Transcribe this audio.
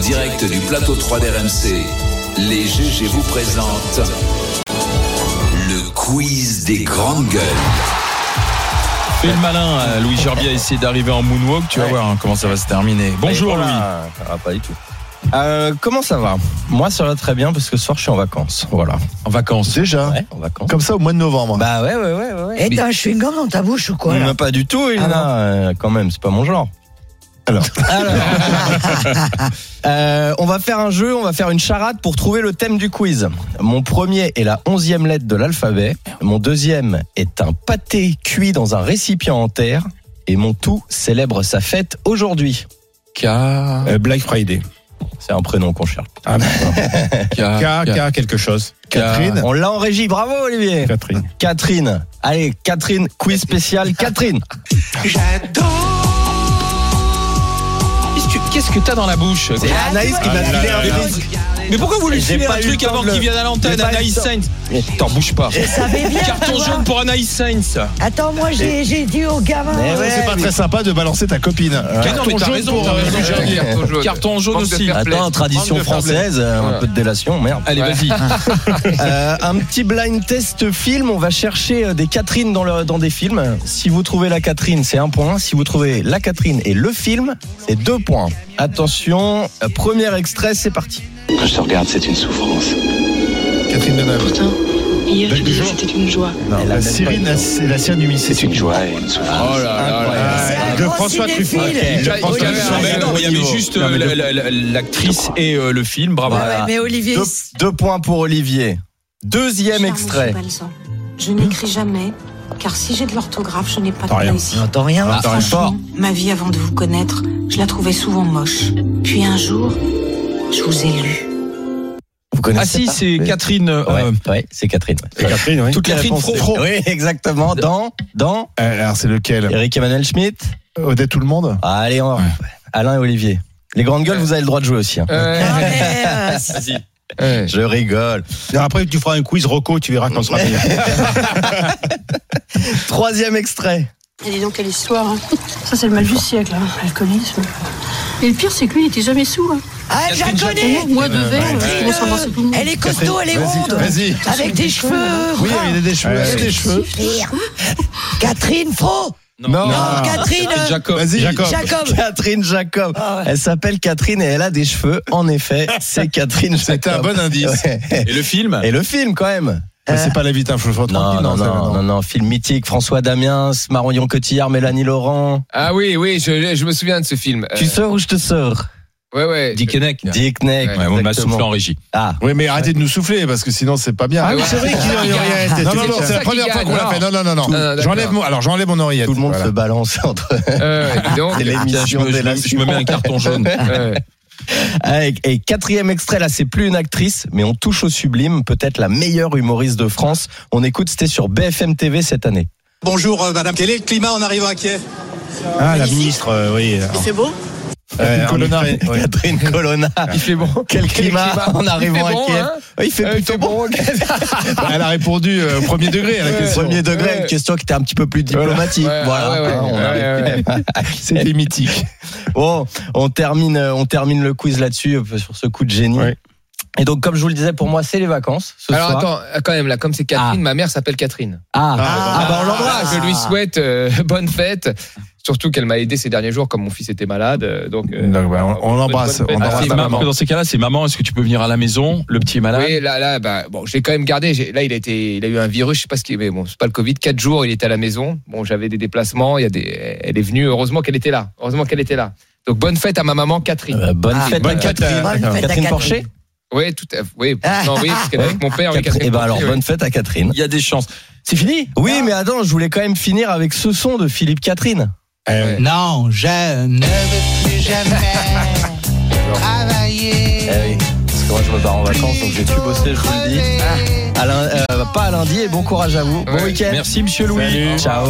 direct du plateau 3 d'RMC, les GG vous présentent le quiz des grandes gueules. Fais le malin, euh, Louis Gerbier a essayé d'arriver en moonwalk, tu vas Ouais. voir hein, comment ça va se terminer. Bonjour Allez, Louis. voilà. Ça va pas du tout. Euh, comment ça va Moi, ça va très bien parce que ce soir, je suis en vacances. Voilà. En vacances. Déjà Ouais, en vacances. Comme ça au mois de novembre. Bah ouais, ouais, ouais, ouais, ouais. Eh, t'as un chewing-gum dans ta bouche ou quoi là Mais pas du tout, Ah Elena. euh, quand même, c'est pas mon genre. Alors. Alors. Euh, on va faire un jeu, on va faire une charade pour trouver le thème du quiz. Mon premier est la onzième lettre de l'alphabet. Mon deuxième est un pâté cuit dans un récipient en terre. Et mon tout célèbre sa fête aujourd'hui. K, Black Friday. C'est un prénom qu'on cherche. K, K, quelque chose. Catherine, On l'a en régie, bravo Olivier Catherine. Catherine. Allez, Catherine, quiz spécial. Catherine. Qu'est-ce que- Qu'est-ce que t'as dans la bouche C'est Anaïs qui m'a Ah là filé là un là là. risque. Mais pourquoi vous lui J'ai filez pas un eu truc le temps avant de qu'il le- viens à l'antenne, J'ai pas eu Anaïs le temps. Sainz T'en bouge pas. Je savais bien. tu Carton vois. jaune pour Anaïs Sainz. Attends, moi j'ai j'ai dit au gamin. Mais ouais. c'est pas très sympa de balancer ta copine. Mais non, mais t'as raison, t'as raison, j'ai envie. Carton jaune aussi. Attends, tradition Manque de fair play. française, euh, Voilà. un peu de délation, merde. Allez, vas-y. Euh, un petit blind test film, on va chercher euh, des Catherine dans, le- dans des films. Si vous trouvez la Catherine, c'est un point. Si vous trouvez la Catherine et le film, c'est deux points. Attention, euh, premier extrait, c'est parti. Quand je te regarde, c'est une souffrance. Catherine Deneuve. Pourtant, hier, Belle je disais que jour. c'était une joie. Elle a la même sirène, pas la, eu la sirène du Mississippi. C'est une joie et une souffrance. Oh là là là. Ah, Incroyable. un de grand François Truffaut. cinéphile. Ok. Il y avait- Olivier, mais non, mais il y avait juste euh, la- la- la- l'actrice et euh, le film, bravo. Ouais, ouais, mais Olivier, Deux, deux points pour Olivier. Deuxième extrait. Hmm. Je n'écris jamais, car si j'ai de l'orthographe, je n'ai pas T'as de rien. réussite. j'entends rien. Ah, t'as rien. Fort. Franchement, ma vie avant de vous connaître, je la trouvais souvent moche. Puis un jour, je vous ai lu. Vous Ah connaissez si, pas c'est Oui. Catherine. euh, Ouais, ouais, c'est Catherine. ouais. C'est Catherine, oui. Toutes les Catherine réponses. Fro. Oui, exactement. Oh, Dans, dans Euh, Alors c'est lequel Eric Emmanuel Schmitt. Odette tout le monde Allez, on... Alain et Olivier. Les grandes gueules, vous avez le droit de jouer aussi. hein. Euh, Ah, mais, euh, Je rigole. Alors Après, tu feras un quiz Rocco, tu verras qu'on sera bien. Troisième extrait. Elle est donc, elle est Histoire, hein. Ça, c'est le mal du siècle, hein. alcoolisme. Et le pire, c'est que lui, il était jamais sous. Hein. Ah, je la connais. Moi, de verre, Catherine, on s'en va, c'est tout le monde. Elle est costaud, elle est ronde. Vas-y. Avec des cheveux. Oui, il y a des cheveux. Ouais. il y a des cheveux. Merde. Catherine Fro. Non. Non, Ah. Catherine. euh, Jacob. Vas-y. Jacob. Jacob. Catherine Jacob. Ah ouais. Elle s'appelle Catherine et elle a des cheveux. En effet, c'est Catherine Jacob. C'était un bon indice. Ouais. Et le film Et le film, quand même. Mais C'est pas la hein, vite, un fleuve Non, tranquille. non, ça non, va, non, non, film mythique. François Damiens, Marion Cotillard, Mélanie Laurent. Ah oui, oui, je, je me souviens de ce film. Euh, Tu sors ou je te sors ouais, ouais. Dick Henneck. Dick Neck. Ouais, Ouais, on m'a exactement. soufflé en régie. Ah, Oui, mais arrêtez de nous souffler parce que sinon c'est pas bien. Ah oui, c'est vrai qu'il y a- il y a- il y Non, a- non, c'est non, ça c'est la qui première fois gagne. qu'on l'a fait. Non, non, non, Tout- non. d'accord. J'enlève mon, alors j'enlève mon oreillette. tout le monde Voilà. Ah, se balance entre Euh, dis donc. les Tiens, Ah, je, l'émission me, de je me- je me mets un carton jaune. Euh, Avec, et quatrième extrait, là, c'est plus une actrice, mais on touche au sublime, peut-être la meilleure humoriste de France. On écoute, c'était sur BFM TV cette année. Bonjour euh, madame, quel est le climat en arrivant à Kiev Ah, la ministre, euh, oui. Il fait beau Euh, Colonna. en effet, oui. Catherine Colonna. il fait bon. Quel Quel climat climat. en arrivant Il fait à bon, Kiev. hein Oui, il fait Euh, il plutôt fait bon. Elle a répondu euh, au premier degré à la question. Premier degré, Ouais. une question qui était un petit peu plus diplomatique. Ouais, voilà, ouais, ouais, hein, on ouais, arrive ouais, quand même à- à- C'était mythique. Bon, on termine, euh, on termine le quiz là-dessus, euh, sur ce coup de génie. Ouais. Et donc, comme je vous le disais, pour moi, c'est les vacances ce Alors soir. attends, quand même, là, comme c'est Catherine, ma mère s'appelle Catherine. Ah, Ah, ah, bah on l'embrasse. Je lui souhaite euh, bonne fête. Surtout qu'elle m'a aidé ces derniers jours, comme mon fils était malade. euh, Donc, euh, Donc, bah, on- on bonne- l'embrasse, bonne fête. on Ah, embrasse c'est ta marrant maman. que dans ces cas-là, c'est maman, est-ce que tu peux venir à la maison Le petit est malade Oui, là, là, bah, bon, je l'ai quand même gardé. J'ai- Là, il a été, il a eu un virus, je sais pas ce qui, mais bon, c'est pas le Covid. Quatre jours, il était à la maison. Bon, j'avais des déplacements. Il y a des, elle est venue. Heureusement qu'elle était là. Heureusement qu'elle était là. Donc, bonne fête à ma maman Catherine. Euh, bonne Ah, fête, bonne à fête, Catherine. bonne fête à Catherine Catherine. Porcher. Oui, tout, euh, à- oui, non, oui, parce qu'elle est avec mon père. oui, et Ah. Catherine eh ben alors, Portier, oui. bonne fête à Catherine. Il y a des chances. C'est fini Oui, mais attends, je voulais quand même finir avec ce son de Philippe Catherine. Eh Ouais. Non, je ne veux plus jamais travailler. Eh oui, parce que moi je me pars en vacances, donc j'ai dû bosser, je vous le dis. À lin- euh, pas à lundi et bon courage à vous. Bon Ouais. week-end. Merci, monsieur Louis. Ciao.